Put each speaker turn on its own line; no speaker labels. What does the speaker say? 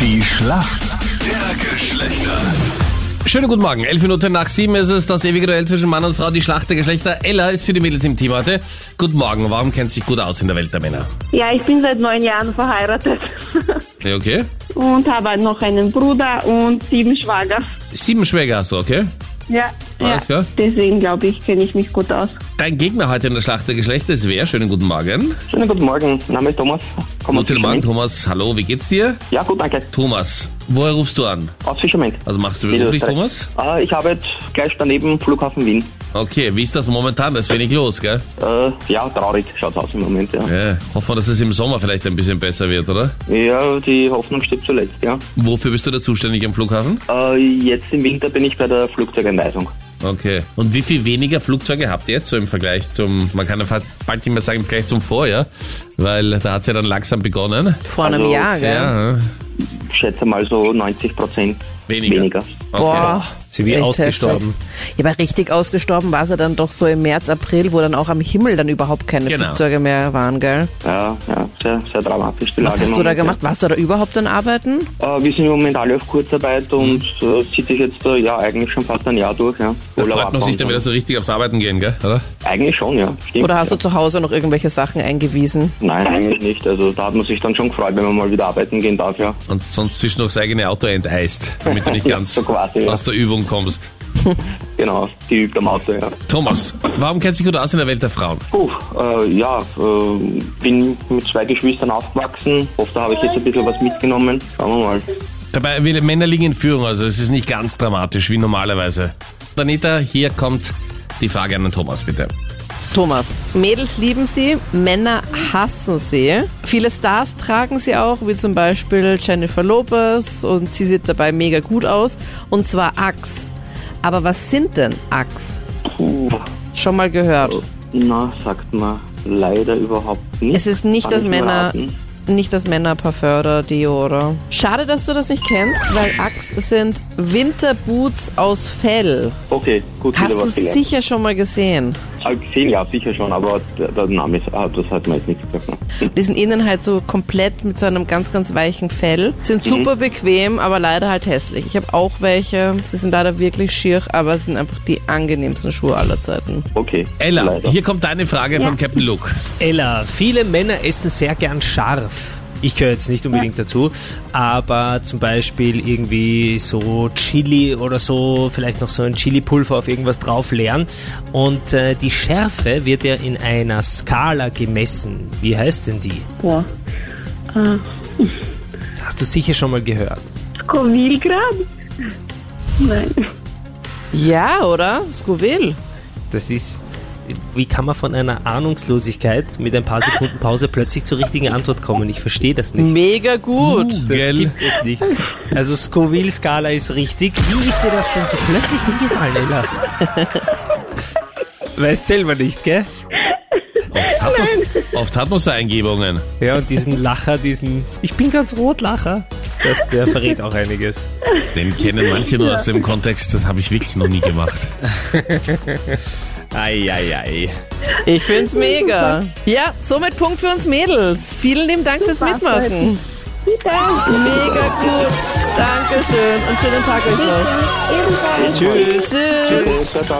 Die Schlacht der Geschlechter.
Schönen guten Morgen. Elf Minuten nach sieben ist es das ewige Duell zwischen Mann und Frau, die Schlacht der Geschlechter. Ella ist für die Mädels im Team heute. Guten Morgen. Warum kennt sich gut aus in der Welt der Männer?
Ja, ich bin seit neun Jahren verheiratet
Ja, Okay.
und habe noch einen Bruder und sieben Schwager.
Sieben Schwäger hast du, okay?
Ja,
Alles
ja.
klar.
deswegen glaube ich, kenne ich mich gut aus.
Dein Gegner heute in der Schlacht der Geschlechter ist wer? Schönen guten Morgen.
Schönen guten Morgen, Name ist Thomas. Komm aus
Guten Morgen,
Fischermank.
Thomas. Hallo, wie geht's dir?
Ja, gut, danke.
Thomas, woher rufst du an?
Aus Fischermank.
Also machst du beruflich, Thomas?
Äh, ich arbeite gleich daneben Flughafen Wien.
Okay, wie ist das momentan? Da ist wenig los, gell?
Äh, ja, traurig schaut's aus im Moment, ja.
Ja, hoffen wir, dass es im Sommer vielleicht ein bisschen besser wird, oder?
Ja, die Hoffnung steht zuletzt, ja.
Wofür bist du da zuständig am Flughafen?
Äh, jetzt im Winter bin ich bei der Flugzeuganweisung.
Okay. Und wie viel weniger Flugzeuge habt ihr jetzt so im Vergleich zum, man kann ja fast bald nicht mehr sagen, im Vergleich zum Vorjahr, weil da hat's ja dann langsam begonnen.
Vor einem
Also,
Jahr, gell?
Ja, okay.
Ich schätze mal so 90 Prozent
Weniger.
weniger.
Boah.
Sie wie
echt
ausgestorben.
Heftig. Ja, aber richtig ausgestorben war sie dann doch so im März, April, wo dann auch am Himmel dann überhaupt keine
Genau.
Flugzeuge mehr waren, gell?
Ja, ja, sehr, sehr dramatisch die
Was
Lage.
hast
im
du da
Moment,
gemacht? Warst du da überhaupt dann arbeiten?
Ja. Äh, wir sind im Moment alle auf Kurzarbeit und äh, zieht sich jetzt äh, ja eigentlich schon fast ein Jahr durch, ja.
Mhm. Da
Urlaub
freut man sich dann
abbauen.
wieder so richtig aufs Arbeiten gehen, gell? Oder?
Eigentlich schon, ja. Stimmt,
Oder hast
ja.
du zu Hause noch irgendwelche Sachen eingewiesen?
Nein, eigentlich nicht. Also da hat man sich dann schon gefreut, wenn man mal wieder arbeiten gehen darf, ja.
Und sonst zwischendurch das eigene Auto enteist, damit du nicht
Ja,
ganz
so quasi, ja.
aus der Übung kommst.
Genau, die übt am Auto, ja.
Thomas, warum kennst du dich gut aus in der Welt der Frauen?
Puh, äh, ja, äh, bin mit zwei Geschwistern aufgewachsen. Oft habe ich jetzt ein bisschen was mitgenommen. Schauen wir mal.
Dabei, wir Männer liegen in Führung, also es ist nicht ganz dramatisch wie normalerweise. Danita, hier kommt die Frage an den Thomas, bitte.
Thomas, Mädels lieben sie, Männer hassen sie. Viele Stars tragen sie auch, wie zum Beispiel Jennifer Lopez und sie sieht dabei mega gut aus. Und zwar Axe. Aber was sind denn Axe?
Puh,
Schon mal gehört.
na, sagt man leider überhaupt nicht.
Es ist nicht,
Kann
dass
ich nur
Männer.
raten.
Nicht das Männerparfum oder Dio, oder? Schade, dass du das nicht kennst, weil Axe sind Winterboots aus Fell.
Okay, gut,
Hast
wieder
du
was gelernt.
sicher schon mal gesehen.
Als zehn Jahre sicher schon, aber der, der Name ist, ah, das hat mir jetzt nichts gesagt. ne?
Die sind innen halt so komplett mit so einem ganz, ganz weichen Fell. Sind super bequem, aber leider halt hässlich. Ich habe auch welche. Sie sind leider wirklich schier, aber es sind einfach die angenehmsten Schuhe aller Zeiten.
Okay,
Ella,
leider.
hier kommt deine Frage von Captain Luke.
Ella, viele Männer essen sehr gern scharf. Ich gehöre jetzt nicht unbedingt dazu, aber zum Beispiel irgendwie so Chili oder so, vielleicht noch so ein Chili-Pulver auf irgendwas drauf leeren. Und äh, die Schärfe wird ja in einer Skala gemessen. Wie heißt denn die?
Boah.
Das hast du sicher schon mal gehört.
Scoville Grad? Nein.
Ja, oder? Scoville.
Das ist. Wie kann man von einer Ahnungslosigkeit mit ein paar Sekunden Pause plötzlich zur richtigen Antwort kommen? Ich verstehe das nicht.
Mega gut.
Das
Gell?
gibt es nicht. Also Scoville-Skala ist richtig. Wie ist dir das denn so plötzlich hingefallen, Ella? Weißt selber nicht, gell?
Oft hat man's- Oft hat man so Eingebungen.
Ja, und diesen Lacher, diesen Ich bin ganz rot Lacher, das, der verrät auch einiges.
Den kennen manche nur aus dem Kontext, das habe ich wirklich noch nie gemacht.
Eieiei.
Ich find's mega. Ja, somit Punkt für uns Mädels. Vielen lieben Dank fürs Mitmachen. Mega gut. Dankeschön und schönen Tag euch noch.
Tschüss.
Tschüss.
Äh, Tschüss, ciao, ciao.